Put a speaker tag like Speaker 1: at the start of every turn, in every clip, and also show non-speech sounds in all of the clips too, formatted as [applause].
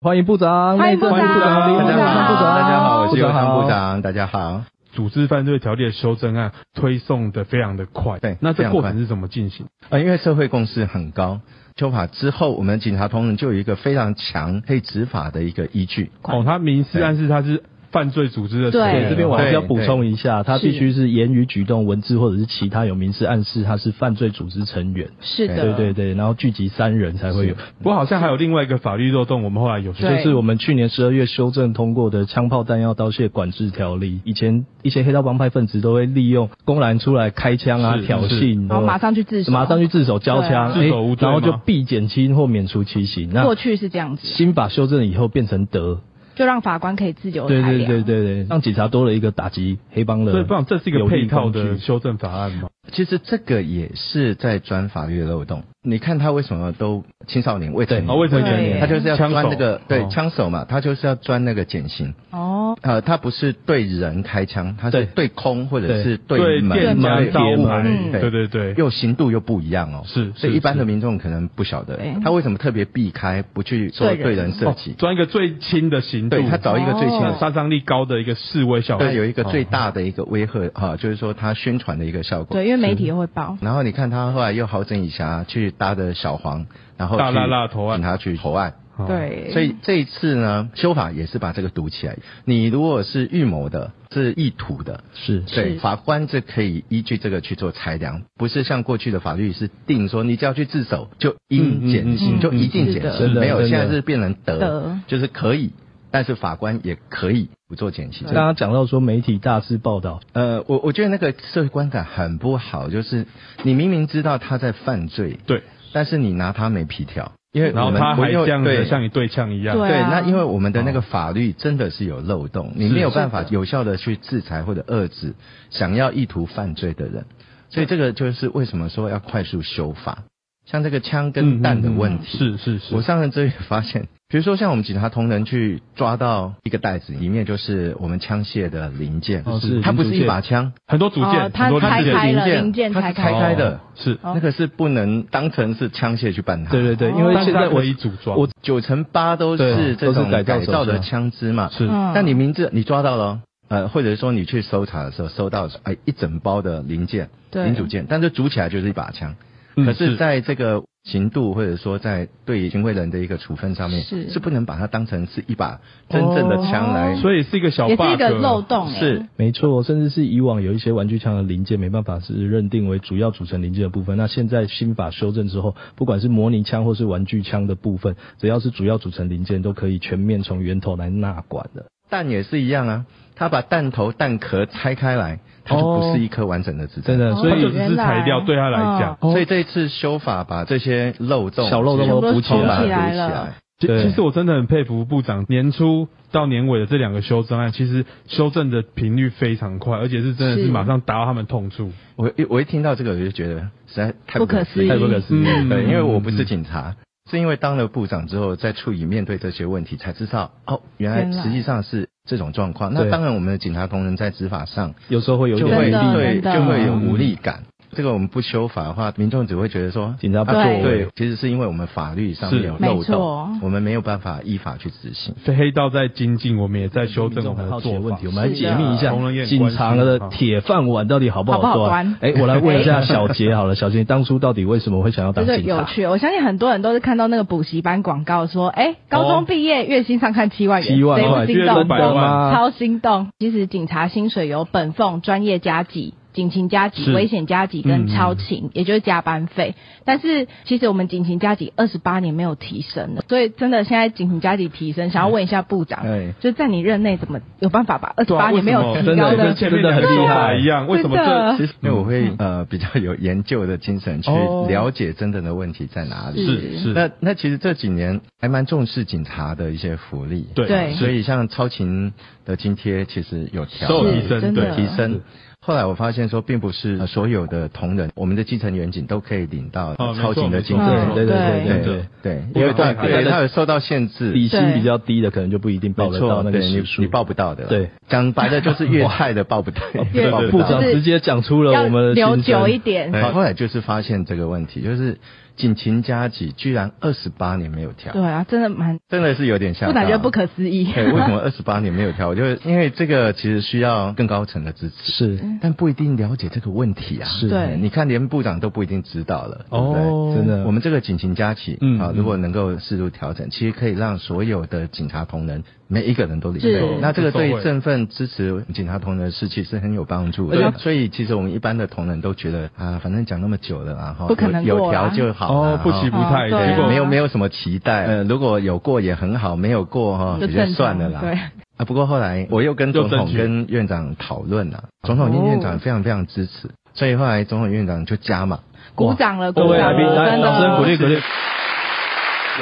Speaker 1: 欢迎部长，
Speaker 2: 欢迎部长
Speaker 1: 内政
Speaker 2: 欢迎
Speaker 1: 部
Speaker 2: 部长
Speaker 1: 部长，
Speaker 3: 大家好，我是尤
Speaker 1: 长
Speaker 3: 康部。长，大家好。
Speaker 4: 组织犯罪条例的修正案推送的非常的快，
Speaker 3: 对
Speaker 4: 那
Speaker 3: 非
Speaker 4: 这
Speaker 3: 常
Speaker 4: 过
Speaker 3: 快
Speaker 4: 程是怎么进行？
Speaker 3: 呃，因为社会共识很高，修法之后，我们警察同仁就有一个非常强可以执法的一个依据。
Speaker 4: 哦，他明示暗示他是犯罪组织的成员
Speaker 1: 对，
Speaker 2: 对
Speaker 1: 这边我还是要补
Speaker 3: 对
Speaker 1: 充一下，他
Speaker 2: 是
Speaker 1: 必须是言语、举动、文字或者是其他有明示暗示他是犯罪组织成员。
Speaker 2: 是的，
Speaker 1: 对对对，然后聚集三人才会有，
Speaker 4: 不过好像还有另外一个法律漏洞，我们后来有
Speaker 1: 就
Speaker 2: 对
Speaker 1: 是我们去年十二月修正通过的《枪炮弹药刀械管制条例》。以前一些黑道帮派分子都会利用公然出来开枪啊、
Speaker 4: 是
Speaker 1: 挑衅，
Speaker 2: 然后马上去自首，
Speaker 1: 马上去自首交枪，
Speaker 4: 对啊
Speaker 1: 哎
Speaker 4: 自首无罪
Speaker 1: 然后就
Speaker 4: 吗
Speaker 1: 必减轻或免除其刑。那
Speaker 2: 过去是这样子，
Speaker 1: 新法修正以后变成得，
Speaker 2: 就让法官可以自由
Speaker 1: 对
Speaker 2: 裁
Speaker 1: 对
Speaker 2: 量。
Speaker 1: 对对对，让警察多了一个打击黑帮的有
Speaker 4: 所以
Speaker 1: 力
Speaker 4: 不
Speaker 1: 工
Speaker 4: 然
Speaker 1: 具，
Speaker 4: 这是一个配套的修正法案嘛？
Speaker 3: 其实这个也是在钻法律的漏洞。你看他为什么都青少年未成
Speaker 4: 啊，
Speaker 3: 年，
Speaker 4: 未成
Speaker 2: 对
Speaker 4: 年
Speaker 3: 他就是要
Speaker 4: 枪
Speaker 3: 钻
Speaker 4: 手
Speaker 3: 那个对
Speaker 4: 哦
Speaker 3: 枪手嘛，他就是要钻那个减刑。
Speaker 2: 哦，
Speaker 3: 呃，他不是对人开枪，他
Speaker 1: 对
Speaker 3: 是对空或者是
Speaker 4: 对
Speaker 3: 门
Speaker 4: 店
Speaker 2: 门
Speaker 4: 家
Speaker 3: 对
Speaker 4: 招
Speaker 3: 物
Speaker 4: 牌
Speaker 2: 嗯，
Speaker 4: 对对对，
Speaker 3: 又刑度又不一样哦。
Speaker 4: 是
Speaker 3: 所以
Speaker 4: 是
Speaker 3: 一般的
Speaker 4: 是
Speaker 3: 民众可能不晓得
Speaker 2: 对
Speaker 3: 他为什么特别避开，不去说
Speaker 2: 对人
Speaker 3: 对人射
Speaker 4: 哦
Speaker 3: 击。
Speaker 4: 装一个最轻的刑度，
Speaker 3: 对他找一个最轻
Speaker 4: 那
Speaker 3: 的
Speaker 2: 哦，
Speaker 4: 杀伤力高的一个示威小
Speaker 3: 对，
Speaker 4: 队，
Speaker 3: 有一个最
Speaker 4: 哦
Speaker 3: 大的一个威吓啊，就是说他宣传的一个效果。
Speaker 2: 对，因为媒体会报，
Speaker 3: 然后你看他后来又好整以暇去搭着小黄，然后
Speaker 4: 大
Speaker 3: 去
Speaker 4: 辣辣投案
Speaker 3: 请他去投案。
Speaker 4: 哦
Speaker 2: 对，
Speaker 3: 所以这一次呢，修法也是把这个堵起来。你如果是预谋的，是意图的，
Speaker 1: 是
Speaker 3: 对，法官这可以依据这个去做裁量，不是像过去的法律是定说你只要去自首就应减
Speaker 2: 嗯嗯
Speaker 3: 刑，
Speaker 2: 嗯
Speaker 3: 就一定
Speaker 2: 是
Speaker 3: 减
Speaker 2: 的
Speaker 3: 刑，
Speaker 1: 真的
Speaker 3: 没有，
Speaker 1: 真的
Speaker 3: 现在是变成得
Speaker 2: 得，
Speaker 3: 就是可以，但是法官也可以不做减刑。
Speaker 1: 刚刚讲到说媒体大肆报道，
Speaker 3: 呃，我我觉得那个社会观感很不好，就是你明明知道他在犯罪，
Speaker 4: 对，
Speaker 3: 但是你拿他没皮条，因为
Speaker 4: 然
Speaker 3: 我
Speaker 4: 后
Speaker 3: 们
Speaker 4: 他
Speaker 3: 我
Speaker 4: 还
Speaker 3: 又
Speaker 4: 这样
Speaker 3: 对
Speaker 4: 子像你对枪一样，
Speaker 2: 对
Speaker 3: 对，
Speaker 2: 啊
Speaker 3: 那因为我们的那个法律真的是有漏洞，你没有办法有效的去制裁或者遏制想要意图犯罪的人，所以这个就是为什么说要快速修法，像这个枪
Speaker 4: 嗯
Speaker 3: 跟弹的问题，
Speaker 4: 是是是，
Speaker 1: 嗯
Speaker 3: 我上次这里发现，比如说像我们警察同仁去抓到一个袋子，里面就是我们枪械的零件，
Speaker 1: 哦是
Speaker 3: 它不是
Speaker 1: 零组件
Speaker 3: 一把枪，
Speaker 4: 很多组
Speaker 2: 哦
Speaker 4: 件，
Speaker 2: 他
Speaker 4: 很多
Speaker 2: 拆
Speaker 4: 零件
Speaker 2: 开了
Speaker 3: 零
Speaker 2: 零件
Speaker 3: 它
Speaker 2: 拆
Speaker 3: 是
Speaker 2: 开
Speaker 3: 拆开的
Speaker 4: 哦，是，
Speaker 2: 哦
Speaker 3: 那个是不能当成是枪械去办它。
Speaker 1: 对对对，因为
Speaker 4: 但
Speaker 1: 现
Speaker 4: 它
Speaker 1: 在我
Speaker 4: 可以组装，
Speaker 1: 我
Speaker 3: 九成八都
Speaker 1: 对
Speaker 3: 是这
Speaker 1: 都是
Speaker 3: 种
Speaker 1: 改造
Speaker 3: 改造
Speaker 1: 手
Speaker 3: 的
Speaker 1: 枪
Speaker 3: 枪支嘛，
Speaker 4: 是
Speaker 2: 嗯
Speaker 3: 但你明知你抓到了哦，呃，或者说你去搜查的时候搜到哎一整包的零件、
Speaker 2: 对
Speaker 3: 零组件，但是组起来就是一把枪。
Speaker 4: 嗯
Speaker 3: 可是
Speaker 4: 是
Speaker 3: 在这个刑度或者说在对行为人的一个处分上面，
Speaker 2: 是哦
Speaker 3: 不能把它当成是一把真正的枪来。
Speaker 4: 所以是一个小
Speaker 2: 也
Speaker 4: bug，
Speaker 2: 是一个漏洞，哎
Speaker 3: 是，
Speaker 1: 没错，甚至是以往有一些玩具枪的零件没办法是认定为主要组成零件的部分。那现在新法修正之后，不管是模拟枪或是玩具枪的部分，只要是主要组成零件，都可以全面从源头来纳管的。
Speaker 3: 弹也是一样啊，他把弹头、弹壳拆开来，它就不是一颗完整的子弹。
Speaker 1: 真的，
Speaker 2: 哦
Speaker 1: 所
Speaker 4: 它就
Speaker 1: 以
Speaker 4: 只是材
Speaker 2: 原来
Speaker 4: 料
Speaker 2: 哦
Speaker 4: 对他来讲，
Speaker 3: 所以这一次修法把这些漏洞、
Speaker 1: 小漏洞
Speaker 2: 嗯全部都
Speaker 1: 补起
Speaker 3: 全部把
Speaker 1: 来
Speaker 3: 它补起
Speaker 2: 来了
Speaker 3: 来。
Speaker 4: 其
Speaker 1: 对
Speaker 4: 其实我真的很佩服部长，年初到年尾的这两个修正案，其实修正的频率非常快，而且是真的是
Speaker 2: 是
Speaker 4: 马上达到他们痛处。
Speaker 3: 我一我一听到这个，我就觉得实在太
Speaker 2: 不可思议
Speaker 3: 太不可思议。
Speaker 4: 嗯
Speaker 3: 对，因为我不是警察，是因为当了部长之后，在处理面对这些问题，才知道哦，原
Speaker 2: 原
Speaker 3: 来
Speaker 2: 来
Speaker 3: 实际上是这种状况。
Speaker 1: 对
Speaker 3: 那当然，我们的警察同仁在执法上
Speaker 1: 有时候会有
Speaker 3: 就
Speaker 1: 点
Speaker 3: 会
Speaker 2: 真的
Speaker 3: 对
Speaker 2: 真的
Speaker 3: 就会有无力感。这个我们不修法的话，民众只会觉得说
Speaker 1: 警察不
Speaker 3: 啊
Speaker 2: 作为
Speaker 3: 对，其实是因为我们法律上面
Speaker 4: 是
Speaker 3: 有
Speaker 2: 没
Speaker 3: 漏
Speaker 2: 错
Speaker 3: 洞，我们没有办法依法去执行。
Speaker 4: 所以黑道在精进，我们也在修
Speaker 1: 民
Speaker 4: 正我
Speaker 1: 众很
Speaker 4: 们的
Speaker 1: 好奇
Speaker 4: 做
Speaker 1: 的问
Speaker 4: 法
Speaker 1: 题，我。们来
Speaker 2: 是
Speaker 1: 解
Speaker 2: 的
Speaker 1: 密一下
Speaker 4: 同仁也很
Speaker 1: 警
Speaker 4: 关心啊
Speaker 1: 察的铁饭碗到底好不
Speaker 2: 好不好
Speaker 1: 端
Speaker 2: 端？
Speaker 1: 哎，我来问
Speaker 2: [laughs]
Speaker 1: 一下小杰好了，小杰当初到底为什么会想要
Speaker 2: 这
Speaker 1: 当
Speaker 2: 个
Speaker 1: 警
Speaker 2: 有
Speaker 1: 察？
Speaker 2: 趣，我相信很多人都是看到那个补习班广告说，哎，高中毕业月薪上看七万元，
Speaker 1: 七万
Speaker 2: 谁
Speaker 1: 块，
Speaker 2: 不心
Speaker 4: 月
Speaker 2: 动
Speaker 4: 入百万
Speaker 2: 超心动。其实警察薪水有本俸、专业加级、警勤加级、
Speaker 4: 是
Speaker 2: 危险加级跟超勤，也就是加班费。但是其实我们警勤加级二十八年没有提升了，所以真的现在警勤加级提升，想要问一下部长，
Speaker 3: 哎
Speaker 2: 就在你任内怎么有办法把二十
Speaker 4: 对
Speaker 2: 八
Speaker 4: 啊，为
Speaker 2: 年没
Speaker 4: 什
Speaker 2: 有
Speaker 4: 么
Speaker 2: 提高
Speaker 1: 真的
Speaker 2: 呢？
Speaker 4: 跟前面
Speaker 1: 真的
Speaker 4: 两
Speaker 1: 很
Speaker 4: 个
Speaker 1: 厉
Speaker 4: 修
Speaker 1: 害
Speaker 4: 法一样？为什么这
Speaker 3: 其实因为我会呃比较有研究的精神去
Speaker 4: 哦
Speaker 3: 了解真正的问题在哪里。
Speaker 4: 是是
Speaker 3: 那那其实这几年还蛮重视警察的一些福利，
Speaker 4: 对
Speaker 2: 对
Speaker 3: 所以像超勤的津贴其实有调
Speaker 4: 都有
Speaker 3: 整
Speaker 4: 提升
Speaker 2: 是真的
Speaker 4: 对
Speaker 3: 提升。后来我发现说，并不是呃所有的同仁，我们的基层员警都可以领到
Speaker 4: 哦没错
Speaker 3: 超勤的津
Speaker 4: 没
Speaker 3: 贴
Speaker 2: 嗯
Speaker 4: 错，
Speaker 1: 对对对对
Speaker 4: 对对
Speaker 1: 对。
Speaker 3: 对，
Speaker 1: 因
Speaker 3: 因
Speaker 1: 为
Speaker 3: 为
Speaker 1: 对
Speaker 3: 他
Speaker 1: 对
Speaker 3: 他有受到限制，
Speaker 1: 底薪
Speaker 2: 对
Speaker 1: 比较低的，可能就不一定报
Speaker 3: 没
Speaker 1: 得到
Speaker 3: 错，
Speaker 1: 那个
Speaker 3: 对
Speaker 1: 时
Speaker 3: 你
Speaker 1: 数。
Speaker 3: 你报不到的啦，
Speaker 1: 对哦
Speaker 3: 讲白了就是粤菜的报不到，
Speaker 4: 对
Speaker 3: 报不
Speaker 4: 对
Speaker 1: 部
Speaker 3: 到
Speaker 1: 长
Speaker 2: 就是
Speaker 1: 直接讲出了
Speaker 2: 要
Speaker 1: 我们的
Speaker 2: 留
Speaker 1: 心声
Speaker 2: 久一点，
Speaker 3: 好，后来就是发现这个问题，就是警情加起居然二十八年没有调，
Speaker 2: 对啊，真的蛮，
Speaker 3: 真的是有点吓
Speaker 2: 我
Speaker 3: 到，
Speaker 2: 感觉不可思议。
Speaker 3: 对，哎为什么二十八年没有调？我就是因为这个其实需要更高层的支持，
Speaker 1: 是
Speaker 3: 但不一定了解这个问题啊。
Speaker 1: 是
Speaker 2: 对
Speaker 3: 你看连部长都不一定知道了，对不对？
Speaker 4: 哦，
Speaker 1: 真的
Speaker 3: 我们这个警情加起，
Speaker 4: 嗯
Speaker 3: 啊，如果能够适度调整，其实可以让所有的警察同仁每一个人都领
Speaker 2: 是
Speaker 3: 会。那这个
Speaker 4: 都受
Speaker 3: 对
Speaker 4: 惠
Speaker 3: 振奋支持警察同仁的士气是很有帮助的。所以其实我们一般的同仁都觉得啊，反正讲那么久了啊，哈
Speaker 2: 不可能
Speaker 3: 有有
Speaker 2: 过啊
Speaker 3: 调就好啦
Speaker 4: 哦，不
Speaker 3: 哈
Speaker 4: 期不待，
Speaker 2: 哦对啊
Speaker 3: 对，
Speaker 4: 结果
Speaker 3: 没有没有什么期待。
Speaker 4: 嗯
Speaker 3: 呃，如果有过也很好，没有过
Speaker 1: 啊
Speaker 3: 哈，
Speaker 2: 就
Speaker 3: 也就
Speaker 2: 正常
Speaker 3: 算了啦。
Speaker 2: 对
Speaker 3: 啊，不过后来我又跟
Speaker 4: 又
Speaker 3: 总
Speaker 4: 争
Speaker 3: 统
Speaker 4: 取
Speaker 3: 跟院长讨论了，总统跟院长非常非常支持，所以后来总统院长就加嘛。
Speaker 2: 哦鼓掌了，
Speaker 1: 各
Speaker 2: 鼓
Speaker 1: 位啊来
Speaker 2: 掌
Speaker 1: 宾，
Speaker 2: 了，
Speaker 1: 来
Speaker 2: 真
Speaker 1: 掌声
Speaker 2: 的哦
Speaker 1: 鼓励鼓励。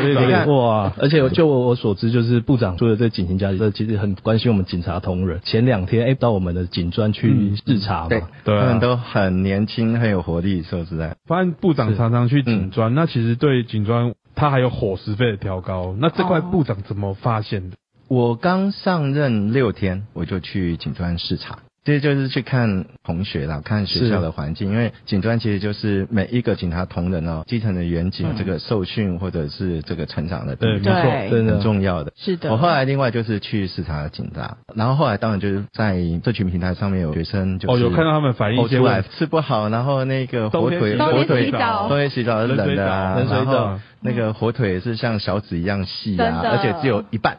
Speaker 1: 鼓励鼓励
Speaker 3: 你看
Speaker 1: 哇！而且就我我所知，就是部长说的这警情家里，这其实很关心我们警察同仁。前两天哎、到我们的警专去视察嘛，
Speaker 3: 对，
Speaker 4: 对啊
Speaker 3: 他们都很年轻，很有活力。说实在，
Speaker 4: 发现部长常常去警
Speaker 3: 嗯
Speaker 4: 专，那其实对警专他还有伙食费的调高，那这块
Speaker 2: 哦
Speaker 4: 部长怎么发现的？
Speaker 3: 我刚上任六天，我就去警专视察。其实就是去看同学啦，看学校的环境，因为警专其实就是每一个警察同仁哦，基层的员
Speaker 2: 嗯
Speaker 3: 警这个受训或者是这个成长的地
Speaker 4: 对，没
Speaker 3: 方，
Speaker 4: 错，
Speaker 1: 真
Speaker 3: 很
Speaker 1: 的。
Speaker 3: 重要的。
Speaker 2: 是的，
Speaker 3: 我后来另外就是去视察警察，然后后来当然就是在社群平台上面有学生就是
Speaker 4: 哦，有看到他们反映一
Speaker 3: 呕
Speaker 4: 些
Speaker 3: 出来
Speaker 4: 问题，
Speaker 3: 吃不好，然后那个火腿
Speaker 2: 冬
Speaker 3: 火
Speaker 2: 天
Speaker 3: 腿
Speaker 2: 洗澡
Speaker 3: 冬天洗澡是冷的啊，
Speaker 4: 冷水
Speaker 3: 然
Speaker 4: 澡
Speaker 3: 后那个火腿也是像小指一样细
Speaker 2: 真
Speaker 3: 啊，
Speaker 2: 的
Speaker 3: 而且只有一半。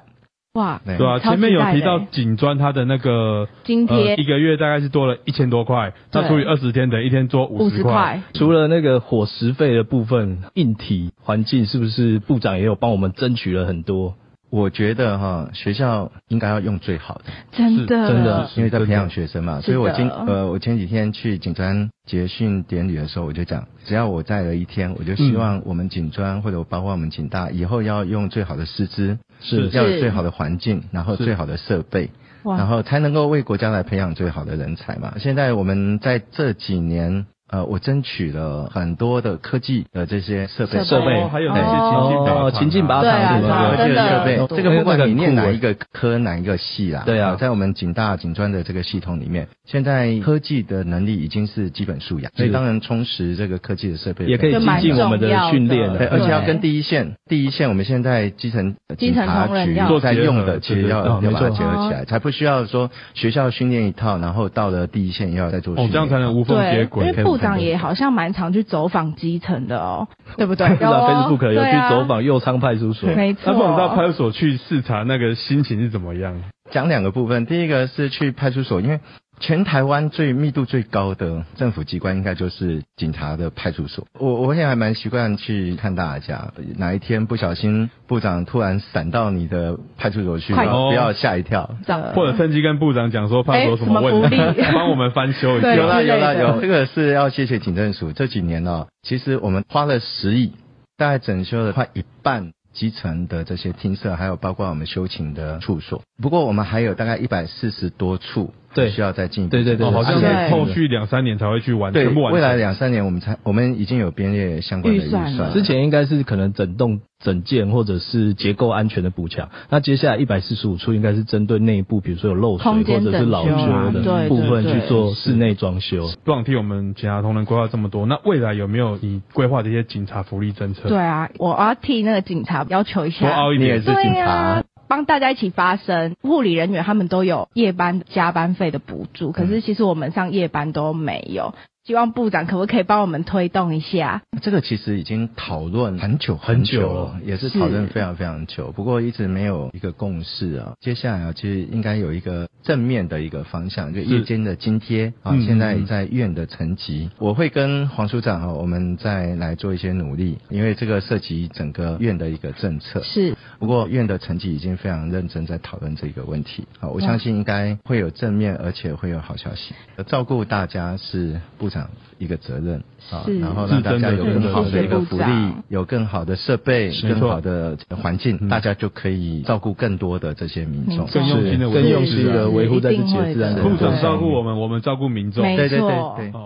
Speaker 2: 哇，
Speaker 3: 对
Speaker 4: 对啊，
Speaker 2: 超
Speaker 4: 前
Speaker 2: 期待的
Speaker 4: 面有提到警专它的那个
Speaker 2: 津贴
Speaker 4: 呃一个月大概是多了一千多块，
Speaker 2: 对
Speaker 4: 那除以二十天等于一天做
Speaker 2: 五
Speaker 4: 五
Speaker 2: 十
Speaker 4: 十
Speaker 2: 块
Speaker 4: 块。，
Speaker 1: 除了那个伙食费的部分，硬体环境是不是部长也有帮我们争取了很多？
Speaker 3: 我觉得哈，学校应该要用最好的，
Speaker 2: 真的
Speaker 1: 是真的
Speaker 3: 因为在培养学生嘛。
Speaker 2: 是的
Speaker 3: 所以我今呃，我前几天去警专结训典礼的时候，我就讲，只要我在了一天，我就希望我们警专或者包括我们警大以后要用最好的师资，
Speaker 1: 是
Speaker 3: 要有最好的环境，然后最好的设备。然
Speaker 2: 哇，
Speaker 3: 后才能够为国家来培养最好的人才嘛。现在我们在这几年，呃，我争取了很多的科技的这些设备，
Speaker 2: 设备
Speaker 4: 哦还有那些
Speaker 2: 哦
Speaker 4: 情境靶
Speaker 1: 情境靶
Speaker 4: 场啊
Speaker 2: 对啊
Speaker 1: 场什
Speaker 2: 对
Speaker 1: 么
Speaker 2: 啊
Speaker 3: 科技
Speaker 2: 真
Speaker 1: 的，
Speaker 3: 的
Speaker 2: 的
Speaker 3: 设备
Speaker 1: 哦，
Speaker 3: 这个不
Speaker 1: 那
Speaker 3: 管
Speaker 1: 个
Speaker 3: 你
Speaker 1: 很
Speaker 3: 念
Speaker 1: 酷
Speaker 3: 哪
Speaker 1: 欸
Speaker 3: 一个科哪一个系啦，
Speaker 1: 对啊
Speaker 3: 在我们警大警专的这个系统里面，现在科技的能力已经是基本素养，所以当然充实这个科技的设备
Speaker 1: 也可以
Speaker 2: 就
Speaker 1: 精
Speaker 2: 蛮
Speaker 1: 进我们
Speaker 2: 重要
Speaker 1: 的训练啊，
Speaker 2: 的
Speaker 3: 对，而且要
Speaker 2: 对
Speaker 3: 跟第一线，第一线我们现在基层呃
Speaker 2: 基
Speaker 3: 警
Speaker 2: 层
Speaker 3: 察
Speaker 2: 同仁
Speaker 3: 局
Speaker 2: 要
Speaker 3: 在用的，
Speaker 4: 做结合
Speaker 3: 其实要
Speaker 1: 对对对
Speaker 3: 要
Speaker 1: 哦
Speaker 3: 把它
Speaker 1: 没错
Speaker 3: 结合起来，才不需要说学校训练一套，然后到了第一线又要再做训
Speaker 4: 哦，
Speaker 3: 练。
Speaker 4: 这样才能无缝接
Speaker 2: 对，因
Speaker 4: 轨。
Speaker 2: 为部长也好像蛮常去走访基层的哦，对不对？
Speaker 1: 部长
Speaker 2: 哦
Speaker 1: 哎 Facebook 有
Speaker 2: 对啊
Speaker 1: 去走访右仓派出所，
Speaker 2: 没错，
Speaker 4: 那部长到派出所去视察，那个心情是怎么样？
Speaker 3: 讲两个部分，第一个是去派出所，因为全台湾最密度最高的政府机关应该就是警察的派出所。我我也还蛮习惯去看大家，哪一天不小心部长突然闪到你的派出所去，
Speaker 2: 快
Speaker 3: 然后不要吓一跳。
Speaker 2: 的
Speaker 4: 或者趁机跟部长讲说派出所有什么问题
Speaker 2: 哎什么福利，
Speaker 4: 帮我们翻修一
Speaker 2: 对
Speaker 3: 有
Speaker 4: 下。
Speaker 3: 啦
Speaker 2: 之类
Speaker 3: 有啦
Speaker 2: 的
Speaker 3: 有，这个是要谢谢警政署这几年哦，其实我们花了十亿，大概整修了快一半。基层的这些厅舍，还有包括我们修琴的处所，不过我们还有大概一百四十多处
Speaker 1: 对
Speaker 3: 需要再进一步
Speaker 1: 对对对
Speaker 4: 哦，好像
Speaker 2: 对
Speaker 4: 是后续两三年才会去完，
Speaker 3: 对，
Speaker 4: 全部完
Speaker 3: 未来
Speaker 4: 成。
Speaker 3: 两三年我们才我们已经有编列相关的
Speaker 2: 预
Speaker 3: 预
Speaker 2: 算了
Speaker 3: 算了。
Speaker 1: 之前应该是可能整栋整件或者是结构安全的补强，那接下来一百四十五处应该是针对内部，比如说有漏水
Speaker 2: 空间
Speaker 1: 或者是老旧
Speaker 2: 整修啊
Speaker 1: 的部分
Speaker 2: 对对对
Speaker 1: 去做室内装修。
Speaker 4: 部长替我们警察同仁规划这么多，那未来有没有你规划的一些警察福利政策？
Speaker 2: 对，啊，我要替那个警察要求一
Speaker 4: 多
Speaker 1: 哦
Speaker 2: 下，
Speaker 4: 凹一
Speaker 3: 你也
Speaker 4: 点
Speaker 3: 是。警
Speaker 2: 对
Speaker 3: 察，
Speaker 2: 啊，帮大家一起发声。护理人员他们都有夜班加班费的补助，可是其实我们上夜班都没有。希望部长可不可以帮我们推动一下？
Speaker 3: 这个其实已经讨论很久
Speaker 1: 很久
Speaker 3: 久了，也是讨论非常非常久，不过一直没有一个共识啊。接下来啊，其实应该有一个正面的一个方向，就夜间的津贴啊，
Speaker 4: 嗯
Speaker 3: 现在在院的层级，我会跟黄署长啊，我们再来做一些努力，因为这个涉及整个院的一个政策。
Speaker 2: 是
Speaker 3: 不过院的成绩已经非常认真在讨论这个问题，好，我相信应该会有正面，而且会有好消息。照顾大家是部长一个责任啊
Speaker 2: 是，
Speaker 3: 然后让大家有更好的一个
Speaker 2: 是真
Speaker 3: 福
Speaker 2: 的是谢谢部
Speaker 3: 利
Speaker 2: 长，
Speaker 3: 有更好的设备，
Speaker 4: 没错
Speaker 3: 更好的环境，大家就可以照顾更多的这些民众
Speaker 2: 民。众
Speaker 4: 更用心
Speaker 1: 是
Speaker 4: 地
Speaker 1: 更用
Speaker 4: 维护
Speaker 1: 心的维护在自己的自然
Speaker 2: 是
Speaker 1: 的
Speaker 2: 是是
Speaker 4: 部长照顾
Speaker 1: 我。
Speaker 4: 我们，我们照顾民众。
Speaker 2: 没
Speaker 3: 对对对
Speaker 2: 错
Speaker 3: 对
Speaker 4: 哦
Speaker 3: 对。